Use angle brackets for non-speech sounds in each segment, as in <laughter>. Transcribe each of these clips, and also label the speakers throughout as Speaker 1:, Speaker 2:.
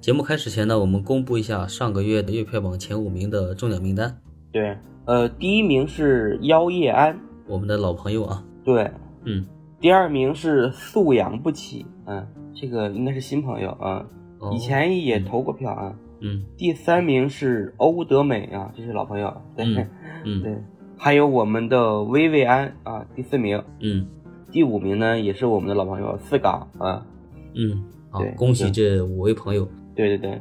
Speaker 1: 节目开始前呢，我们公布一下上个月的月票榜前五名的中奖名单。
Speaker 2: 对，呃，第一名是妖夜安，
Speaker 1: 我们的老朋友啊，
Speaker 2: 对，
Speaker 1: 嗯，
Speaker 2: 第二名是素养不起，嗯，这个应该是新朋友啊，
Speaker 1: 哦
Speaker 2: 以前也投过票啊。
Speaker 1: 嗯
Speaker 2: 第三名是欧德美啊，这是老朋友，对、
Speaker 1: 嗯嗯
Speaker 2: 对，还有我们的薇薇安啊，第四名，
Speaker 1: 嗯
Speaker 2: 第五名呢也是我们的老朋友四嘎啊，
Speaker 1: 嗯，好
Speaker 2: 对，
Speaker 1: 恭喜这五位朋友。
Speaker 2: 对对对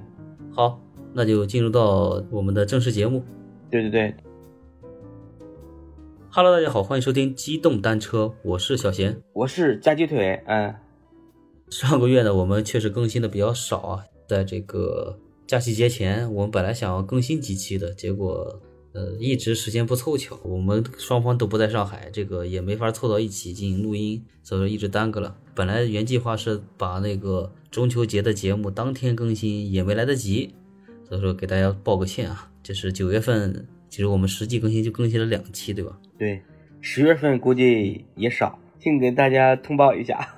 Speaker 1: 好，那就进入到我们的正式节目。
Speaker 2: 对对对，
Speaker 1: Hello，大家好，欢迎收听机动单车，我是小贤。
Speaker 2: 我是夹鸡腿，嗯，
Speaker 1: 上个月呢，我们确实更新的比较少啊， <laughs> 在这个假期节前，我们本来想要更新几期的，结果呃一直时间不凑巧，我们双方都不在上海，这个也没法凑到一起进行录音，所以说一直耽搁了。本来原计划是把那个中秋节的节目当天更新，也没来得及，所以说给大家报个歉啊。这是九月份，其实我们实际更新就更新了两期，对吧？
Speaker 2: 对，十月份估计也少，先给大家通报一下， <laughs>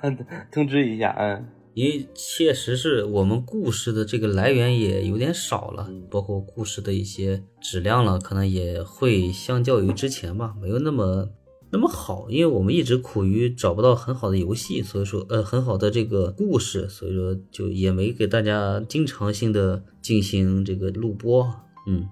Speaker 2: 通知一下，嗯，
Speaker 1: 因为确实是我们故事的这个来源也有点少了
Speaker 2: 嗯，
Speaker 1: 包括故事的一些质量了，可能也会相较于之前吧，没有那么那么好。因为我们一直苦于找不到很好的游戏，所以说呃很好的这个故事，所以说就也没给大家经常性的进行这个录播。嗯，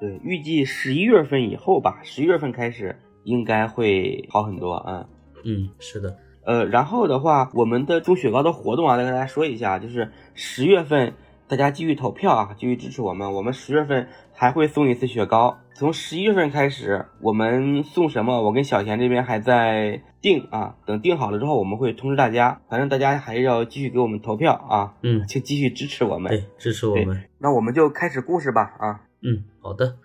Speaker 2: 对，预计十一月份以后吧，十一月份开始应该会好很多，嗯。
Speaker 1: 嗯，是的，
Speaker 2: 呃，然后的话，我们的中雪糕的活动啊，再跟大家说一下，就是十月份大家继续投票啊，继续支持我们。我们十月份还会送一次雪糕。从十一月份开始，我们送什么，我跟小贤这边还在定啊。等定好了之后，我们会通知大家。反正大家还是要继续给我们投票啊，
Speaker 1: 嗯，
Speaker 2: 请继续支持我们。
Speaker 1: 对，支持我们。
Speaker 2: 那我们就开始故事吧啊。
Speaker 1: 嗯，好的，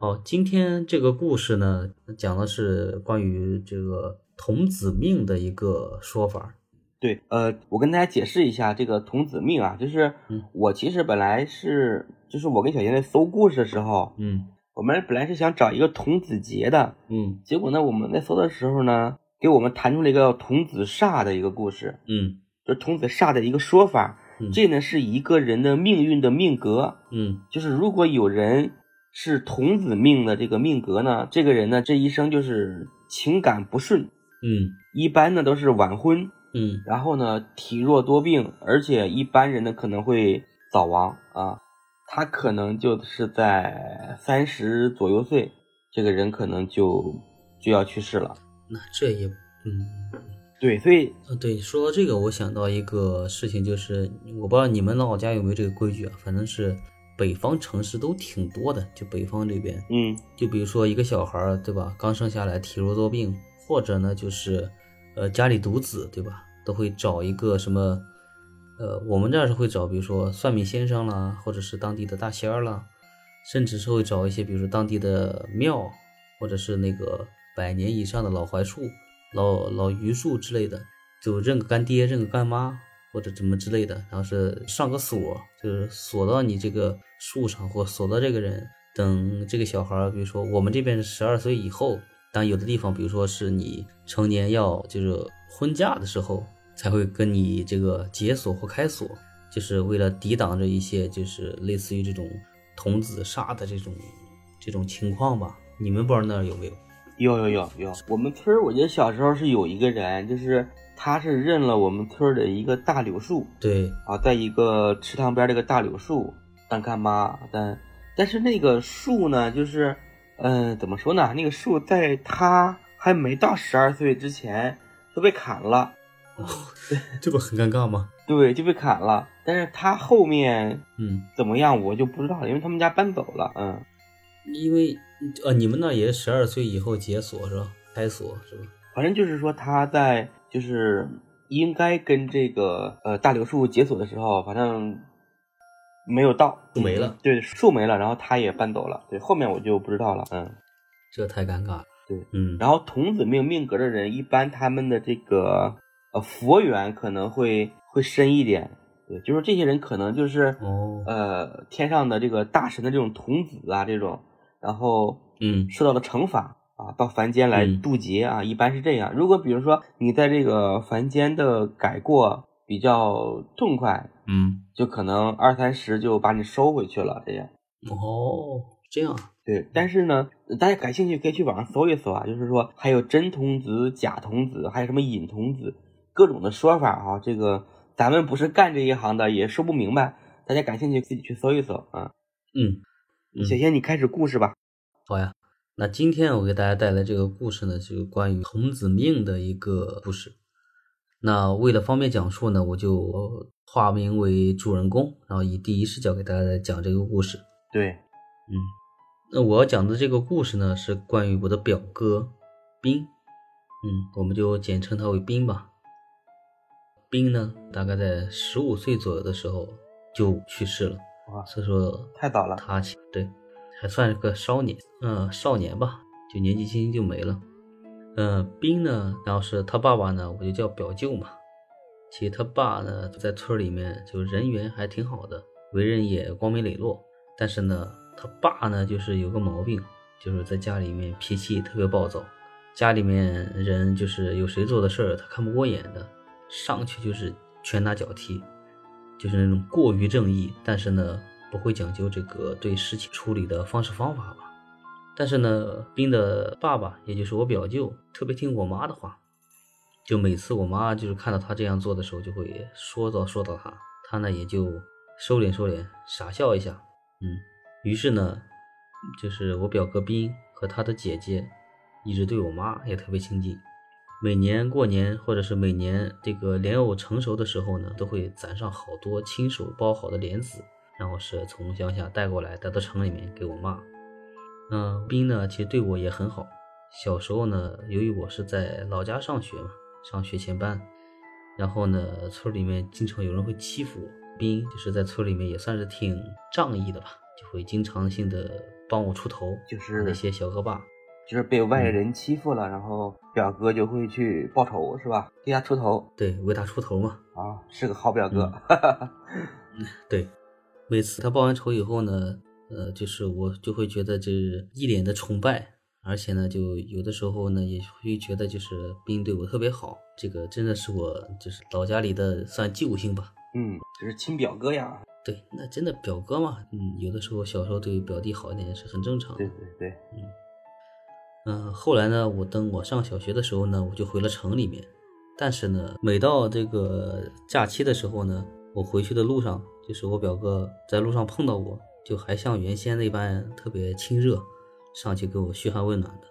Speaker 1: 好，今天这个故事呢，讲的是关于这个童子命的一个说法。
Speaker 2: 对，呃，我跟大家解释一下这个童子命啊，就是
Speaker 1: 嗯
Speaker 2: 我其实本来是，就是我跟小贤在搜故事的时候，
Speaker 1: 嗯
Speaker 2: 我们本来是想找一个童子节的，
Speaker 1: 嗯
Speaker 2: 结果呢，我们在搜的时候呢，给我们弹出了一个童子煞的一个故事，
Speaker 1: 嗯
Speaker 2: 就是童子煞的一个说法。
Speaker 1: 嗯
Speaker 2: 这呢是一个人的命运的命格，
Speaker 1: 嗯
Speaker 2: 就是如果有人是童子命的这个命格呢，这个人呢这一生就是情感不顺，
Speaker 1: 嗯
Speaker 2: 一般呢都是晚婚，
Speaker 1: 嗯
Speaker 2: 然后呢体弱多病，而且一般人呢可能会早亡啊，他可能就是在三十左右岁，这个人可能就就要去世了。
Speaker 1: 那这也嗯
Speaker 2: 对，所以
Speaker 1: 啊，对，说到这个，我想到一个事情，就是我不知道你们老家有没有这个规矩啊，反正是北方城市都挺多的，就北方这边，
Speaker 2: 嗯
Speaker 1: 就比如说一个小孩儿，对吧？刚生下来体弱多病，或者呢就是，呃，家里独子，对吧？都会找一个什么，呃，我们这儿是会找，比如说算命先生啦，或者是当地的大仙儿啦，甚至是会找一些，比如说当地的庙，或者是那个百年以上的老槐树、老老榆树之类的，就认个干爹、认个干妈或者怎么之类的，然后是上个锁，就是锁到你这个树上或锁到这个人。等这个小孩儿，比如说我们这边是十二岁以后，但有的地方，比如说是你成年要就是婚嫁的时候，才会跟你这个解锁或开锁，就是为了抵挡着一些就是类似于这种童子杀的这种这种情况吧。你们不知道那儿有没有？
Speaker 2: 有有有有，我们村儿我记得小时候是有一个人，就是他是认了我们村儿的一个大柳树
Speaker 1: 对，
Speaker 2: 啊，在一个池塘边儿这个大柳树当干妈，但但是那个树呢，就是嗯、呃怎么说呢？那个树在他还没到十二岁之前就被砍了，
Speaker 1: 这不很尴尬吗？
Speaker 2: 对，就被砍了。但是他后面
Speaker 1: 嗯，
Speaker 2: 怎么样我就不知道了，因为他们家搬走了，嗯。
Speaker 1: 因为呃，你们那儿也是十二岁以后解锁是吧？开锁是吧？
Speaker 2: 反正就是说他在就是应该跟这个呃大柳树解锁的时候，反正没有到，
Speaker 1: 树没了
Speaker 2: 嗯。对，树没了，然后他也搬走了。对，后面我就不知道了。嗯，
Speaker 1: 这太尴尬了。
Speaker 2: 对，
Speaker 1: 嗯，
Speaker 2: 然后童子命命格的人，一般他们的这个呃佛缘可能会会深一点。对，就是这些人可能就是、
Speaker 1: 哦，
Speaker 2: 呃天上的这个大神的这种童子啊这种，然后
Speaker 1: 嗯
Speaker 2: 受到了惩罚啊，到凡间来
Speaker 1: 嗯
Speaker 2: 渡劫啊，一般是这样。如果比如说你在这个凡间的改过，比较痛快，
Speaker 1: 嗯，
Speaker 2: 就可能二三十就把你收回去了这样。
Speaker 1: 哦，这样啊，
Speaker 2: 对，但是呢，大家感兴趣可以去网上搜一搜啊，就是说还有真童子、假童子，还有什么隐童子，各种的说法哈、这个咱们不是干这一行的，也说不明白。大家感兴趣自己去搜一搜啊。
Speaker 1: 嗯，嗯
Speaker 2: 小仙，你开始故事吧。
Speaker 1: 好呀。那今天我给大家带来这个故事呢，就是关于童子命的一个故事。那为了方便讲述呢，我就化名为主人公，然后以第一视角给大家来讲这个故事。
Speaker 2: 对，
Speaker 1: 那我要讲的这个故事呢，是关于我的表哥斌，嗯，我们就简称他为斌吧。斌呢，大概在十五岁左右的时候就去世了，
Speaker 2: 哇，
Speaker 1: 所以说
Speaker 2: 太早了。
Speaker 1: 他其对，还算是个少年，嗯，少年吧，就年纪轻轻就没了。嗯，兵呢，然后是他爸爸呢，我就叫表舅嘛。其实他爸呢，在村里面就人缘还挺好的，为人也光明磊落。但是呢，他爸呢，就是有个毛病，就是在家里面脾气特别暴躁，家里面人就是有谁做的事儿他看不过眼的，上去就是拳打脚踢，就是那种过于正义，但是呢不会讲究这个对事情处理的方式方法吧。但是呢，冰的爸爸也就是我表舅，特别听我妈的话，就每次我妈就是看到他这样做的时候，就会说到说到他，他呢也就收敛收敛，傻笑一下，嗯。于是呢，就是我表哥冰和他的姐姐，一直对我妈也特别亲近。每年过年或者是每年这个莲藕成熟的时候呢，都会攒上好多亲手包好的莲子，然后是从乡下带过来，带到城里面给我妈。嗯，冰呢其实对我也很好。小时候呢，由于我是在老家上学嘛，上学前班，然后呢，村里面经常有人会欺负我。冰就是在村里面也算是挺仗义的吧，就会经常性的帮我出头，
Speaker 2: 就是
Speaker 1: 那些小恶霸。
Speaker 2: 就是被外
Speaker 1: 嗯
Speaker 2: 人欺负了，然后表哥就会去报仇，是吧？对他出头
Speaker 1: 对，为他出头嘛。
Speaker 2: 啊，是个好表哥。
Speaker 1: 嗯对，每次他报完仇以后呢，呃，就是我就会觉得这一脸的崇拜，而且呢，就有的时候呢，也会觉得就是兵对我特别好，这个真的是我就是老家里的算救星吧。
Speaker 2: <laughs> 嗯，这是亲表哥呀。
Speaker 1: 对，那真的表哥嘛，嗯，有的时候小时候对表弟好一点是很正常的
Speaker 2: 对。对对，
Speaker 1: 嗯、后来呢，我等我上小学的时候呢，我就回了城里面。但是呢，每到这个假期的时候呢，我回去的路上，就是我表哥在路上碰到我，就还像原先那般特别亲热，上去给我嘘寒问暖的。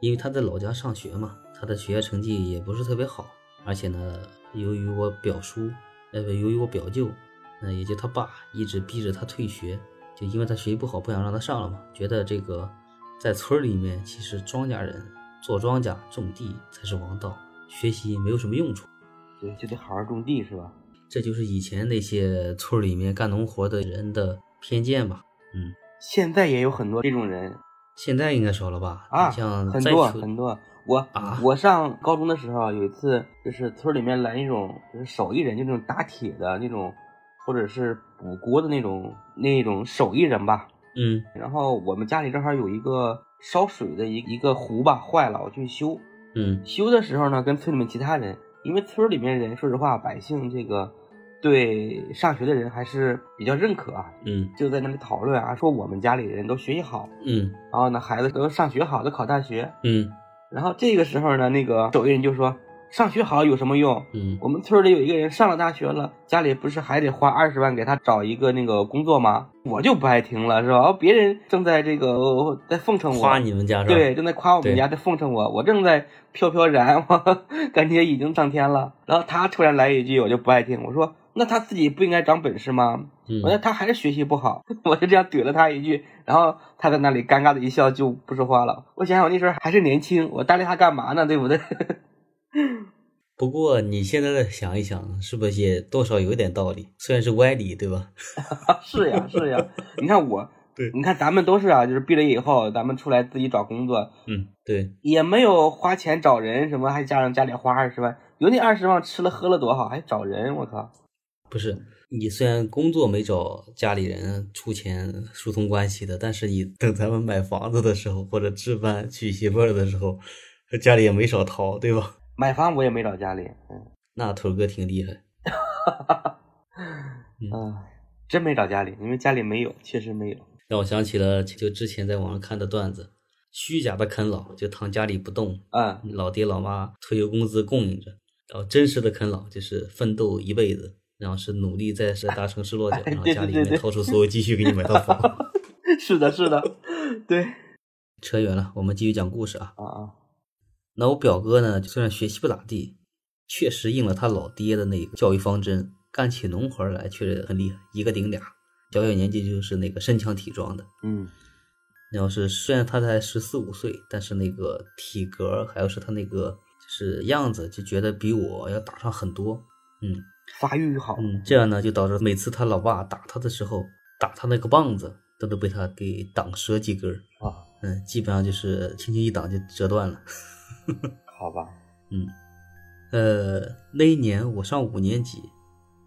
Speaker 1: 因为他在老家上学嘛，他的学业成绩也不是特别好，而且呢，由于我表叔，呃，不由于我表舅，那也就他爸一直逼着他退学，就因为他学习不好，不想让他上了嘛，觉得这个在村儿里面，其实庄稼人做庄稼种地才是王道，学习没有什么用处。
Speaker 2: 对就得好好种地，是吧？
Speaker 1: 这就是以前那些村儿里面干农活的人的偏见吧。嗯，
Speaker 2: 现在也有很多这种人
Speaker 1: 现在应该少了吧？
Speaker 2: 啊，
Speaker 1: 你像
Speaker 2: 很
Speaker 1: 再
Speaker 2: 多
Speaker 1: 去
Speaker 2: 很多。我、
Speaker 1: 啊
Speaker 2: 我上高中的时候，有一次就是村里面来那种就是手艺人，就那种打铁的那种，或者是补锅的那种那种手艺人吧。
Speaker 1: 嗯
Speaker 2: 然后我们家里正好有一个烧水的一一个壶吧，坏了，我去修。
Speaker 1: 嗯
Speaker 2: 修的时候呢，跟村里面其他人，因为村里面人说实话，百姓这个对上学的人还是比较认可啊，
Speaker 1: 嗯
Speaker 2: 就在那里讨论啊，说我们家里人都学习好，
Speaker 1: 嗯
Speaker 2: 然后呢孩子都上学好，都考大学。
Speaker 1: 嗯
Speaker 2: 然后这个时候呢，那个手艺人就说，上学好有什么用？
Speaker 1: 嗯
Speaker 2: 我们村里有一个人上了大学了，家里不是还得花二十万给他找一个那个工作吗？我就不爱听了，是吧？哦别人正在这个、哦在奉承我，
Speaker 1: 夸你们家是吧？
Speaker 2: 对，正在夸我们家，在奉承我，我正在飘飘然，我 <laughs> 感觉已经上天了。然后他突然来一句，我就不爱听。我说，那他自己不应该长本事吗？
Speaker 1: 嗯
Speaker 2: 我说他还是学习不好， <laughs> 我就这样怼了他一句，然后他在那里尴尬的一笑，就不说话了。我想想，我那时候还是年轻，我搭理他干嘛呢？对不 <laughs> 啊对？
Speaker 1: 不过你现在想一想，是不是也多少有点道理？虽然是歪理，对吧？
Speaker 2: 是呀，是呀。你看我，
Speaker 1: <laughs> 对
Speaker 2: 你看咱们都是啊，就是毕了业以后，咱们出来自己找工作，
Speaker 1: 嗯，对，
Speaker 2: 也没有花钱找人什么，还加上家里花二十万，有那二十万吃了喝了多好，还找人，我靠！
Speaker 1: 不是你虽然工作没找家里人出钱疏通关系的，但是你等咱们买房子的时候，或者置办娶媳妇儿的时候，家里也没少掏，对吧？
Speaker 2: 买房我也没找家里，嗯，
Speaker 1: 那腿儿哥挺厉害，
Speaker 2: 啊，真没找家里，因为家里没有，确实没有。
Speaker 1: 让我想起了就之前在网上看的段子，虚假的啃老就躺家里不动，
Speaker 2: 嗯， <laughs>
Speaker 1: 老爹老妈退休工资供应着，然后真实的啃老就是奋斗一辈子，然后是努力在是大城市落
Speaker 2: <laughs>
Speaker 1: 脚，然后
Speaker 2: 哎对
Speaker 1: 家里
Speaker 2: 对对
Speaker 1: 面
Speaker 2: 对
Speaker 1: 掏出所有积蓄给你买套房。
Speaker 2: <laughs> 是
Speaker 1: <laughs>
Speaker 2: 的，是的，对，
Speaker 1: 扯远了，我们继续讲故事啊。
Speaker 2: 啊啊，
Speaker 1: 那我表哥呢，虽然学习不咋地，确实应了他老爹的那个教育方针，干起农活来确实很厉害，一个顶俩。小小年纪就是那个身强体壮的，
Speaker 2: 嗯
Speaker 1: 要是虽然他才十四五岁，但是那个体格还有是他那个就是样子，就觉得比我要大上很多。嗯
Speaker 2: 发育好，
Speaker 1: 嗯，这样呢就导致每次他老爸打他的时候，打他那个棒子都能被他给挡折几根儿。
Speaker 2: 啊，
Speaker 1: 嗯，基本上就是轻轻一挡就折断了。
Speaker 2: 好吧，
Speaker 1: 呃，那一年我上五年级，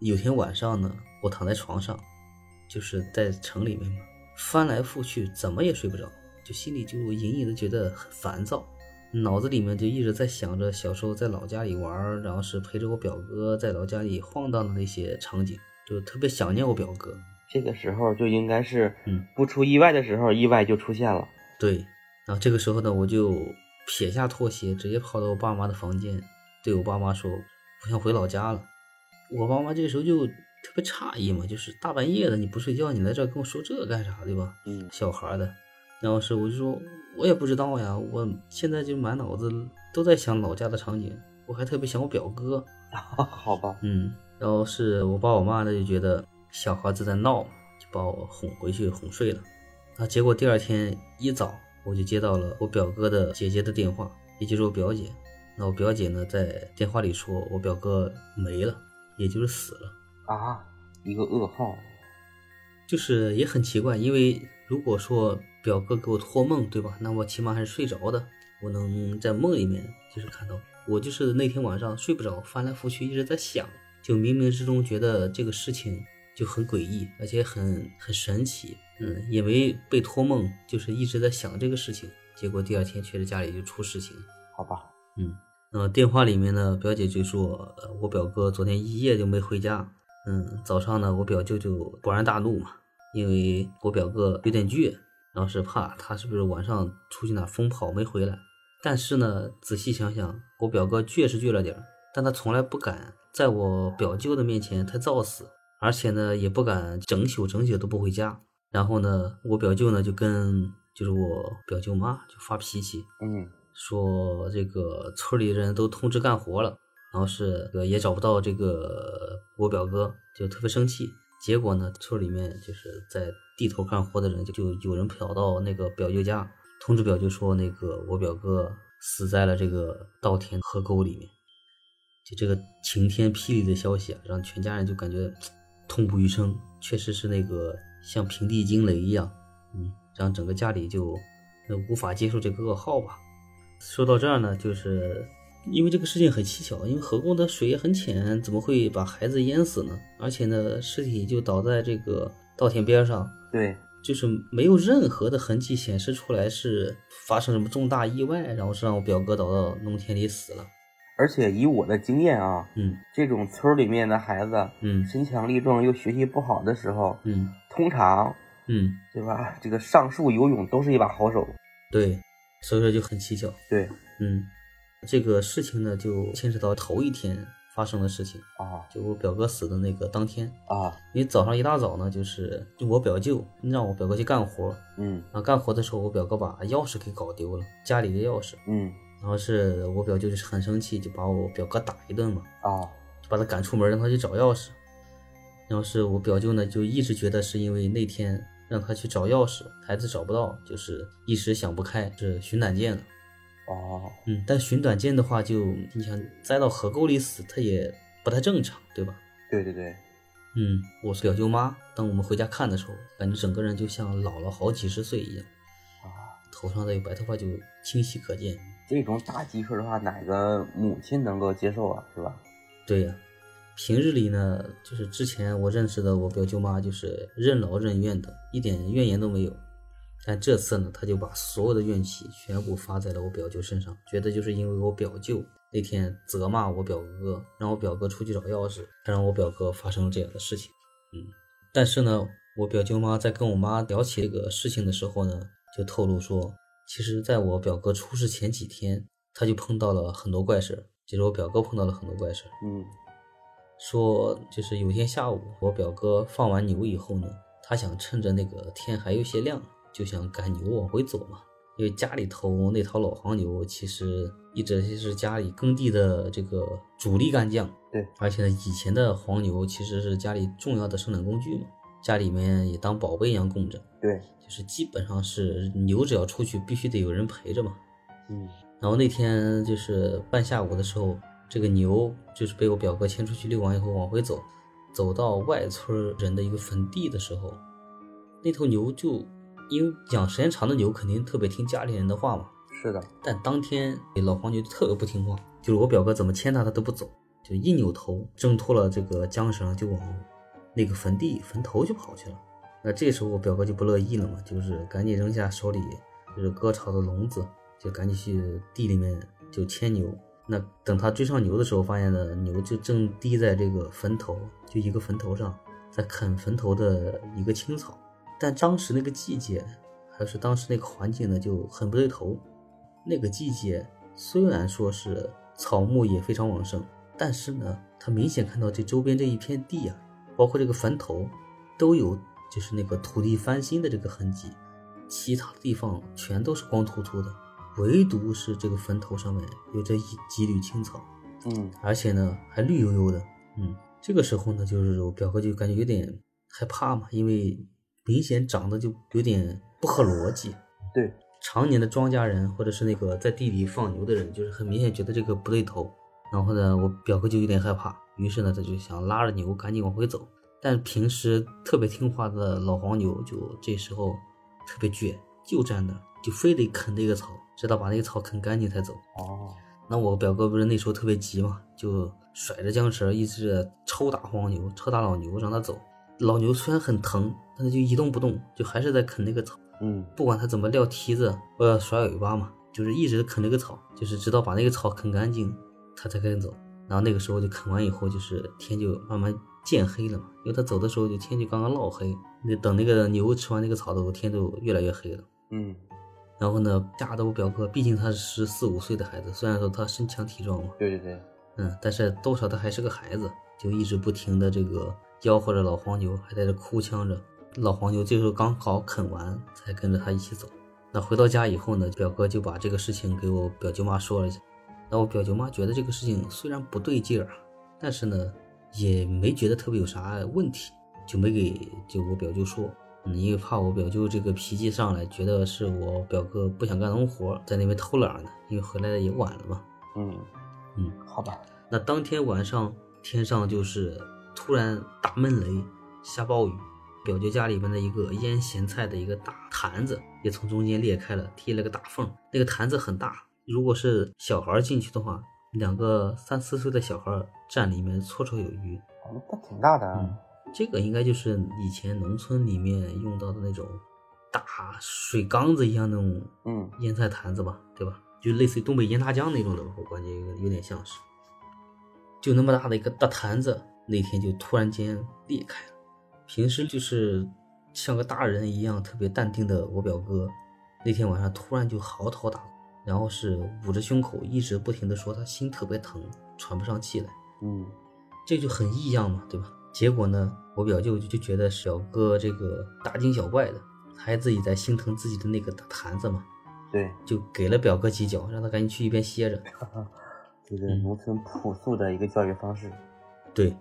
Speaker 1: 有天晚上呢，我躺在床上，就是在城里面嘛，翻来覆去，怎么也睡不着，就心里就隐隐的觉得很烦躁，脑子里面就一直在想着小时候在老家里玩儿，然后是陪着我表哥在老家里晃荡的那些场景，就特别想念我表哥。
Speaker 2: 这个时候就应该是
Speaker 1: 嗯，
Speaker 2: 不出意外的时候，意外就出现了。 <laughs>
Speaker 1: 对，然后这个时候呢，我就撇下拖鞋，直接跑到我爸妈的房间，对我爸妈说：“我想回老家了。”我爸妈这个时候就特别诧异嘛，就是大半夜的你不睡觉，你来这儿跟我说这干啥，对吧？
Speaker 2: 嗯
Speaker 1: 小孩儿的。然后是我就说，我也不知道呀，我现在就满脑子都在想老家的场景，我还特别想我表哥。
Speaker 2: 好吧，
Speaker 1: 嗯，然后是我爸我妈呢就觉得小孩子在闹嘛，就把我哄回去哄睡了。啊，结果第二天一早我就接到了我表哥的姐姐的电话，也就是我表姐。那我表姐呢在电话里说我表哥没了，也就是死了。
Speaker 2: 啊，一个噩耗，
Speaker 1: 就是也很奇怪，因为如果说表哥给我托梦，对吧？那我起码还是睡着的，我能在梦里面就是看到。我就是那天晚上睡不着，翻来覆去一直在想，就冥冥之中觉得这个事情就很诡异，而且很很神奇。嗯，也没被托梦，就是一直在想这个事情。结果第二天确实家里就出事情了。
Speaker 2: 好吧，
Speaker 1: 呃，电话里面呢，表姐就说，呃，我表哥昨天一夜就没回家。嗯，早上呢，我表舅舅勃然大怒嘛，因为我表哥有点倔，然后是怕他是不是晚上出去哪疯跑没回来。但是呢，仔细想想，我表哥倔是倔了点儿，但他从来不敢在我表舅的面前太造次，而且呢，也不敢整宿整宿都不回家。然后呢，我表舅呢就跟就是我表舅妈就发脾气，
Speaker 2: 嗯，
Speaker 1: 说这个村里人都通知干活了，然后是呃也找不到这个我表哥，就特别生气。结果呢，村里面就是在地头干活的人就就有人跑到那个表舅家，通知表舅说那个我表哥死在了这个稻田河沟里面。就这个晴天霹雳的消息啊，让全家人就感觉痛不欲生，确实是那个像平地惊雷一样，嗯，让整个家里就呃无法接受这个噩耗吧。说到这儿呢，就是因为这个事情很蹊跷，因为河沟的水也很浅，怎么会把孩子淹死呢？而且呢，尸体就倒在这个稻田边上，
Speaker 2: 对，
Speaker 1: 就是没有任何的痕迹显示出来是发生什么重大意外，然后是让我表哥倒到农田里死了。
Speaker 2: 而且以我的经验啊，
Speaker 1: 嗯
Speaker 2: 这种村儿里面的孩子
Speaker 1: 嗯
Speaker 2: 身强力壮又学习不好的时候，
Speaker 1: 嗯
Speaker 2: 通常
Speaker 1: 嗯，
Speaker 2: 对吧，这个上树游泳都是一把好手。
Speaker 1: 对，所以说就很蹊跷。
Speaker 2: 对
Speaker 1: 嗯，这个事情呢，就牵扯到头一天发生的事情，
Speaker 2: 啊
Speaker 1: 就我表哥死的那个当天。
Speaker 2: 啊，
Speaker 1: 因为早上一大早呢，就是我表舅让我表哥去干活，
Speaker 2: 嗯
Speaker 1: 然后干活的时候，我表哥把钥匙给搞丢了，家里的钥匙。
Speaker 2: 嗯
Speaker 1: 然后是我表舅就是很生气，就把我表哥打一顿嘛，
Speaker 2: 啊，
Speaker 1: 就把他赶出门，让他去找钥匙。然后是我表舅呢，就一直觉得是因为那天让他去找钥匙，孩子找不到，就是一时想不开，是寻短见了。
Speaker 2: 哦，
Speaker 1: 嗯，但寻短见的话就，你想栽到河沟里死，它也不太正常，对吧？
Speaker 2: 对对对，
Speaker 1: 嗯，我是表舅妈，当我们回家看的时候，感觉整个人就像老了好几十岁一样，
Speaker 2: 啊，
Speaker 1: 头上的白头发就清晰可见。
Speaker 2: 这种打击，说实话，哪个母亲能够接受啊，是吧？
Speaker 1: 对呀、平日里呢，就是之前我认识的我表舅妈，就是任劳任怨的，一点怨言都没有。但这次呢，她就把所有的怨气全部发在了我表舅身上，觉得就是因为我表舅那天责骂我表哥，让我表哥出去找钥匙，才让我表哥发生了这样的事情。嗯，但是呢，我表舅妈在跟我妈聊起这个事情的时候呢，就透露说，其实在我表哥出事前几天，他就碰到了很多怪事儿。其实我表哥碰到了很多怪事儿，
Speaker 2: 嗯
Speaker 1: 说就是有一天下午，我表哥放完牛以后呢，他想趁着那个天还有些亮，就想赶牛往回走嘛。因为家里头那头老黄牛其实一直是家里耕地的这个主力干将，
Speaker 2: 对，
Speaker 1: 而且呢，以前的黄牛其实是家里重要的生产工具嘛，家里面也当宝贝一样供着，
Speaker 2: 对，
Speaker 1: 就是基本上是牛只要出去必须得有人陪着嘛。
Speaker 2: 嗯
Speaker 1: 然后那天就是半下午的时候，这个牛就是被我表哥牵出去遛完以后往回走，走到外村人的一个坟地的时候，那头牛就因为养时间长的牛肯定特别听家里人的话嘛，
Speaker 2: 是的，
Speaker 1: 但当天老黄牛就特别不听话，就是我表哥怎么牵它它都不走，就一扭头挣脱了这个缰绳就往那个坟地坟头就跑去了。那这时候我表哥就不乐意了嘛，就是赶紧扔下手里就是割草的笼子，就赶紧去地里面就牵牛。那等他追上牛的时候，发现呢牛就正滴在这个坟头，就一个坟头上，在啃坟头的一个青草。但当时那个季节，还是当时那个环境呢，就很不对头。那个季节虽然说是草木也非常旺盛，但是呢，他明显看到这周边这一片地啊，包括这个坟头，都有就是那个土地翻新的这个痕迹，其他地方全都是光秃秃的，唯独是这个坟头上面有着一几缕青草。
Speaker 2: 嗯
Speaker 1: 而且呢还绿油油的。嗯，这个时候呢，就是我表哥就感觉有点害怕嘛，因为明显长得就有点不合逻辑。
Speaker 2: 对，
Speaker 1: 常年的庄稼人或者是那个在地里放牛的人，就是很明显觉得这个不对头。然后呢，我表哥就有点害怕，于是呢，他就想拉着牛赶紧往回走。但平时特别听话的老黄牛，就这时候特别倔，就站那儿，就非得啃那个草，直到把那个草啃干净才走。
Speaker 2: 哦，
Speaker 1: 那我表哥不是那时候特别急嘛，就甩着缰绳一直抽打黄牛，抽打老牛，让它走。老牛虽然很疼，但是就一动不动，就还是在啃那个草。
Speaker 2: 嗯
Speaker 1: 不管它怎么撂蹄子，呃，甩尾巴嘛，就是一直啃那个草，就是直到把那个草啃干净，它才肯走。然后那个时候就啃完以后，就是天就慢慢渐黑了嘛，因为它走的时候就天就刚刚落黑。那等那个牛吃完那个草的时候，天就越来越黑了。
Speaker 2: 嗯，
Speaker 1: 然后呢，吓得我表哥，毕竟他是十四五岁的孩子，虽然说他身强体壮嘛，
Speaker 2: 对对对，
Speaker 1: 嗯，但是多少他还是个孩子，就一直不停的这个吆喝着老黄牛，还在这哭腔着。老黄牛最后刚好啃完，才跟着他一起走。那回到家以后呢，表哥就把这个事情给我表舅妈说了一下。那我表舅妈觉得这个事情虽然不对劲儿啊，但是呢，也没觉得特别有啥问题，就没给就我表舅说。嗯，因为怕我表舅这个脾气上来，觉得是我表哥不想干农活，在那边偷懒呢，因为回来的也晚了嘛。
Speaker 2: 嗯
Speaker 1: 嗯，
Speaker 2: 好吧，
Speaker 1: 那当天晚上天上就是突然大闷雷，下暴雨，表舅家里面的一个腌咸菜的一个大坛子也从中间裂开了，踢了个大缝。那个坛子很大，如果是小孩儿进去的话，两个三四岁的小孩儿站里面绰绰有余。
Speaker 2: 哦那挺大的
Speaker 1: 嗯
Speaker 2: 啊，，
Speaker 1: 这个应该就是以前农村里面用到的那种大水缸子一样那种
Speaker 2: 嗯
Speaker 1: 腌菜坛子吧，对吧？就类似于东北腌大酱那种的吧，我感觉有有点像是。就那么大的一个大坛子，那天就突然间裂开了。平时就是像个大人一样特别淡定的我表哥，那天晚上突然就嚎啕大哭，然后是捂着胸口一直不停的说他心特别疼，喘不上气来。
Speaker 2: 嗯
Speaker 1: 这就很异样嘛，对吧？结果呢，我表舅就就觉得小哥这个大惊小怪的，还自己在心疼自己的那个大坛子嘛，
Speaker 2: 对，
Speaker 1: 就给了表哥几脚，让他赶紧去一边歇着。嗯
Speaker 2: 就是农村朴素的一个教育方式，
Speaker 1: 对，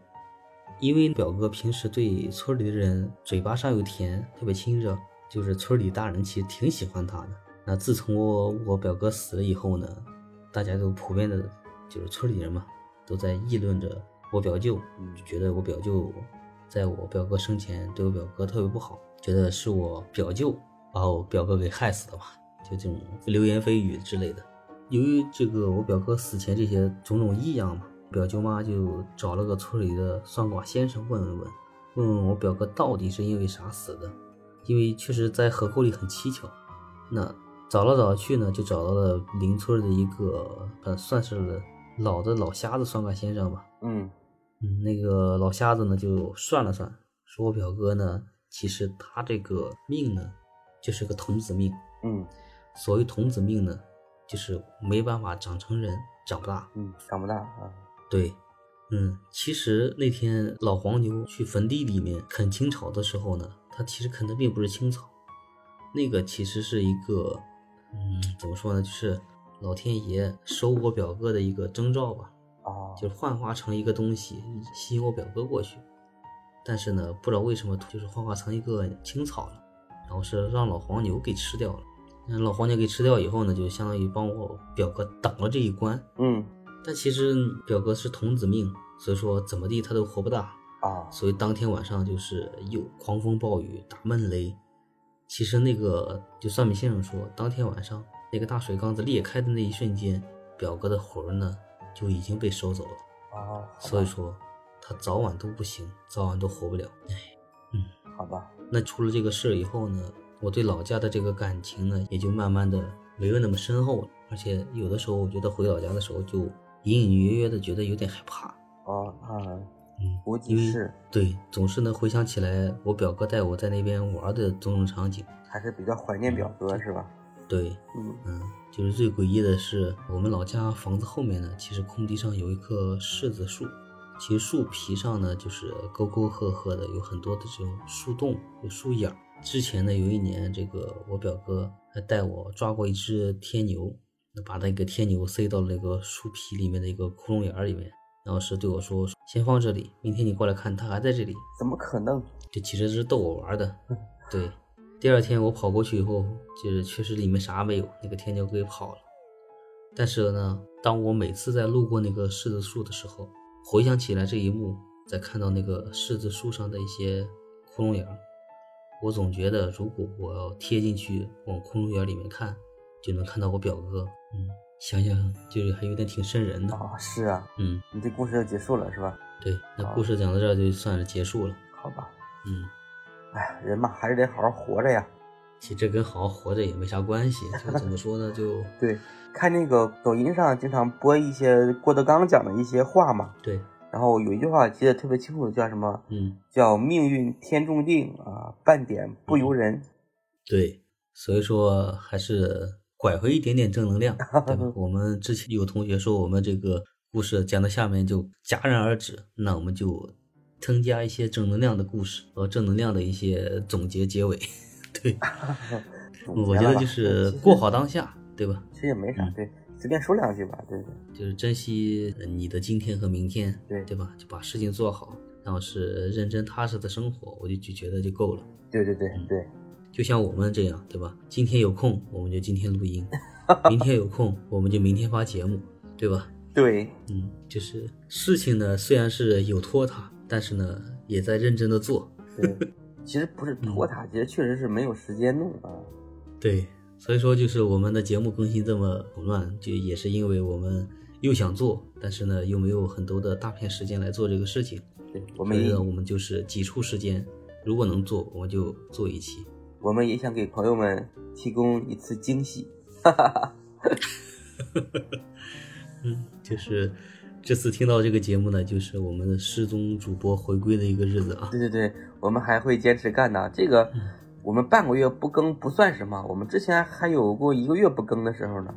Speaker 1: 因为表哥平时对村里的人嘴巴上有甜，特别亲热，就是村里大人其实挺喜欢他的。那自从我我表哥死了以后呢，大家都普遍的，就是村里人嘛，都在议论着我表舅，
Speaker 2: 嗯
Speaker 1: 就觉得我表舅在我表哥生前对我表哥特别不好，觉得是我表舅把我表哥给害死的嘛，就这种流言蜚语之类的。由于这个我表哥死前这些种种异样嘛，表舅妈就找了个村里的算卦先生问问问，问问我表哥到底是因为啥死的，因为确实在河沟里很蹊跷。那找了找去呢，就找到了邻村的一个呃算是老的老瞎子算卦先生吧。
Speaker 2: 嗯
Speaker 1: 嗯，那个老瞎子呢就算了算，说我表哥呢，其实他这个命呢，就是个童子命。
Speaker 2: 嗯
Speaker 1: 所谓童子命呢，就是没办法长成人，长不大。
Speaker 2: 嗯，长不大啊。
Speaker 1: 对，嗯，其实那天老黄牛去坟地里面啃青草的时候呢，他其实啃的并不是青草，那个其实是一个，嗯，怎么说呢，就是老天爷收我表哥的一个征兆吧，
Speaker 2: 哦，
Speaker 1: 就是幻化成一个东西吸引我表哥过去，但是呢，不知道为什么就是幻化成一个青草了，然后是让老黄牛给吃掉了。那老黄牛给吃掉以后呢，就相当于帮我表哥挡了这一关。
Speaker 2: 嗯
Speaker 1: 但其实表哥是童子命，所以说怎么地他都活不大。
Speaker 2: 啊，
Speaker 1: 所以当天晚上就是又狂风暴雨、打闷雷。其实那个就算命先生说，当天晚上那个大水缸子裂开的那一瞬间，表哥的魂儿呢就已经被收走了。
Speaker 2: 哦，
Speaker 1: 所以说他早晚都不行，早晚都活不了。
Speaker 2: 好吧，
Speaker 1: 那出了这个事儿以后呢，我对老家的这个感情呢，也就慢慢的没有那么深厚了。而且有的时候，我觉得回老家的时候，就隐隐约约的觉得有点害怕。
Speaker 2: 哦啊，
Speaker 1: 嗯，
Speaker 2: 无
Speaker 1: 因
Speaker 2: 济
Speaker 1: 为
Speaker 2: 事
Speaker 1: 对，总是能回想起来我表哥带我在那边玩的种种场景。
Speaker 2: 还是比较怀念表
Speaker 1: 嗯
Speaker 2: 哥是吧？
Speaker 1: 对，
Speaker 2: 嗯
Speaker 1: 嗯，就是最诡异的是，我们老家房子后面呢，其实空地上有一棵柿子树，其实树皮上呢就是沟沟壑壑的，有很多的这种树洞、有树眼儿。之前呢，有一年，这个我表哥还带我抓过一只天牛，把那个天牛塞到了那个树皮里面的一个窟窿眼儿里面，然后是对我说：“先放这里，明天你过来看，它还在这里。”
Speaker 2: 怎么可能？
Speaker 1: 这其实是逗我玩儿的。对，第二天我跑过去以后，就是确实里面啥没有，那个天牛给跑了。但是呢，当我每次在路过那个柿子树的时候，回想起来这一幕，再看到那个柿子树上的一些窟窿眼儿，我总觉得如果我要贴进去往窟窿眼儿里面看，就能看到我表哥。嗯，想想就是还有点挺瘆人的。
Speaker 2: 哦，是啊，
Speaker 1: 嗯，
Speaker 2: 你这故事就结束了是吧？
Speaker 1: 对，那故事讲到这儿就算是结束了。
Speaker 2: 好吧，
Speaker 1: 嗯。
Speaker 2: 哎，人嘛还是得好好活着呀。
Speaker 1: 其实这跟好好活着也没啥关系，就怎么说呢，就
Speaker 2: <laughs> 对，看那个抖音上经常播一些郭德纲讲的一些话嘛，
Speaker 1: 对，
Speaker 2: 然后有一句话我记得特别清楚，叫什么？
Speaker 1: 嗯，
Speaker 2: 叫命运天注定啊，半点不由人。
Speaker 1: 嗯对，所以说还是拐回一点点正能量，对
Speaker 2: <laughs>
Speaker 1: 吧？我们之前有同学说我们这个故事讲到下面就戛然而止，那我们就增加一些正能量的故事和正能量的一些总结结尾。对，
Speaker 2: 总
Speaker 1: 我
Speaker 2: 结
Speaker 1: 觉
Speaker 2: 了
Speaker 1: 得
Speaker 2: 吧
Speaker 1: 就是
Speaker 2: <laughs> 其实
Speaker 1: 过好当下，对吧？
Speaker 2: 其实也没啥，
Speaker 1: 嗯
Speaker 2: 对，随便说两句吧，对对
Speaker 1: 就是珍惜呃你的今天和明天，
Speaker 2: 对
Speaker 1: 对吧？就把事情做好，然后是认真踏实的生活，我就就觉得就够了。
Speaker 2: 对对
Speaker 1: 嗯
Speaker 2: 对对，
Speaker 1: 就像我们这样，对吧？今天有空我们就今天录
Speaker 2: <laughs>
Speaker 1: 音，明天有空我们就明天发节目，对吧？
Speaker 2: 对，
Speaker 1: <laughs> 嗯，就是事情呢，虽然是有拖沓，但是呢，也在认真的做。
Speaker 2: 对，其实
Speaker 1: 嗯
Speaker 2: 不是拖沓，其实确实是没有时间弄啊。
Speaker 1: 对，所以说就是我们的节目更新这么混乱，就也是因为我们又想做，但是呢，又没有很多的大片时间来做这个事情。
Speaker 2: 对，我
Speaker 1: 所
Speaker 2: 们
Speaker 1: 以
Speaker 2: 也
Speaker 1: 呢，我们就是挤出时间，如果能做，我们就做一期。
Speaker 2: 我们也想给朋友们提供一次惊喜。
Speaker 1: 嗯，就是这次听到这个节目呢，就是我们的失踪主播回归的一个日子啊。
Speaker 2: 对对对，我们还会坚持干的。这个
Speaker 1: 嗯
Speaker 2: 我们半个月不更不算什么，我们之前还有过一个月不更的时候呢。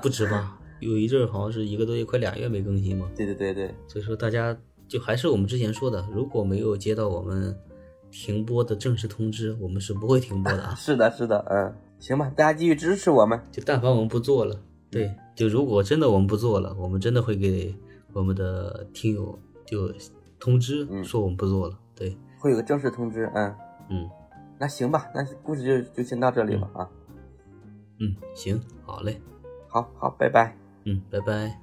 Speaker 1: 不止吧？有一阵儿好像是一个多月，快俩月没更新嘛。
Speaker 2: 对对对对，
Speaker 1: 所以说大家就还是我们之前说的，如果没有接到我们停播的正式通知，我们是不会停播的
Speaker 2: <laughs>
Speaker 1: 啊。
Speaker 2: 是的，是的，嗯，行吧，大家继续支持我们。
Speaker 1: 就但凡我们不做了，对，就如果真的我们不做了，我们真的会给我们的听友就通知
Speaker 2: 嗯
Speaker 1: 说我们不做了。对，
Speaker 2: 会有个正式通知，嗯，
Speaker 1: 嗯
Speaker 2: 那行吧，那故事就就先到这里吧啊，
Speaker 1: 嗯，行，好嘞，
Speaker 2: 好好，拜拜。
Speaker 1: 嗯，拜拜。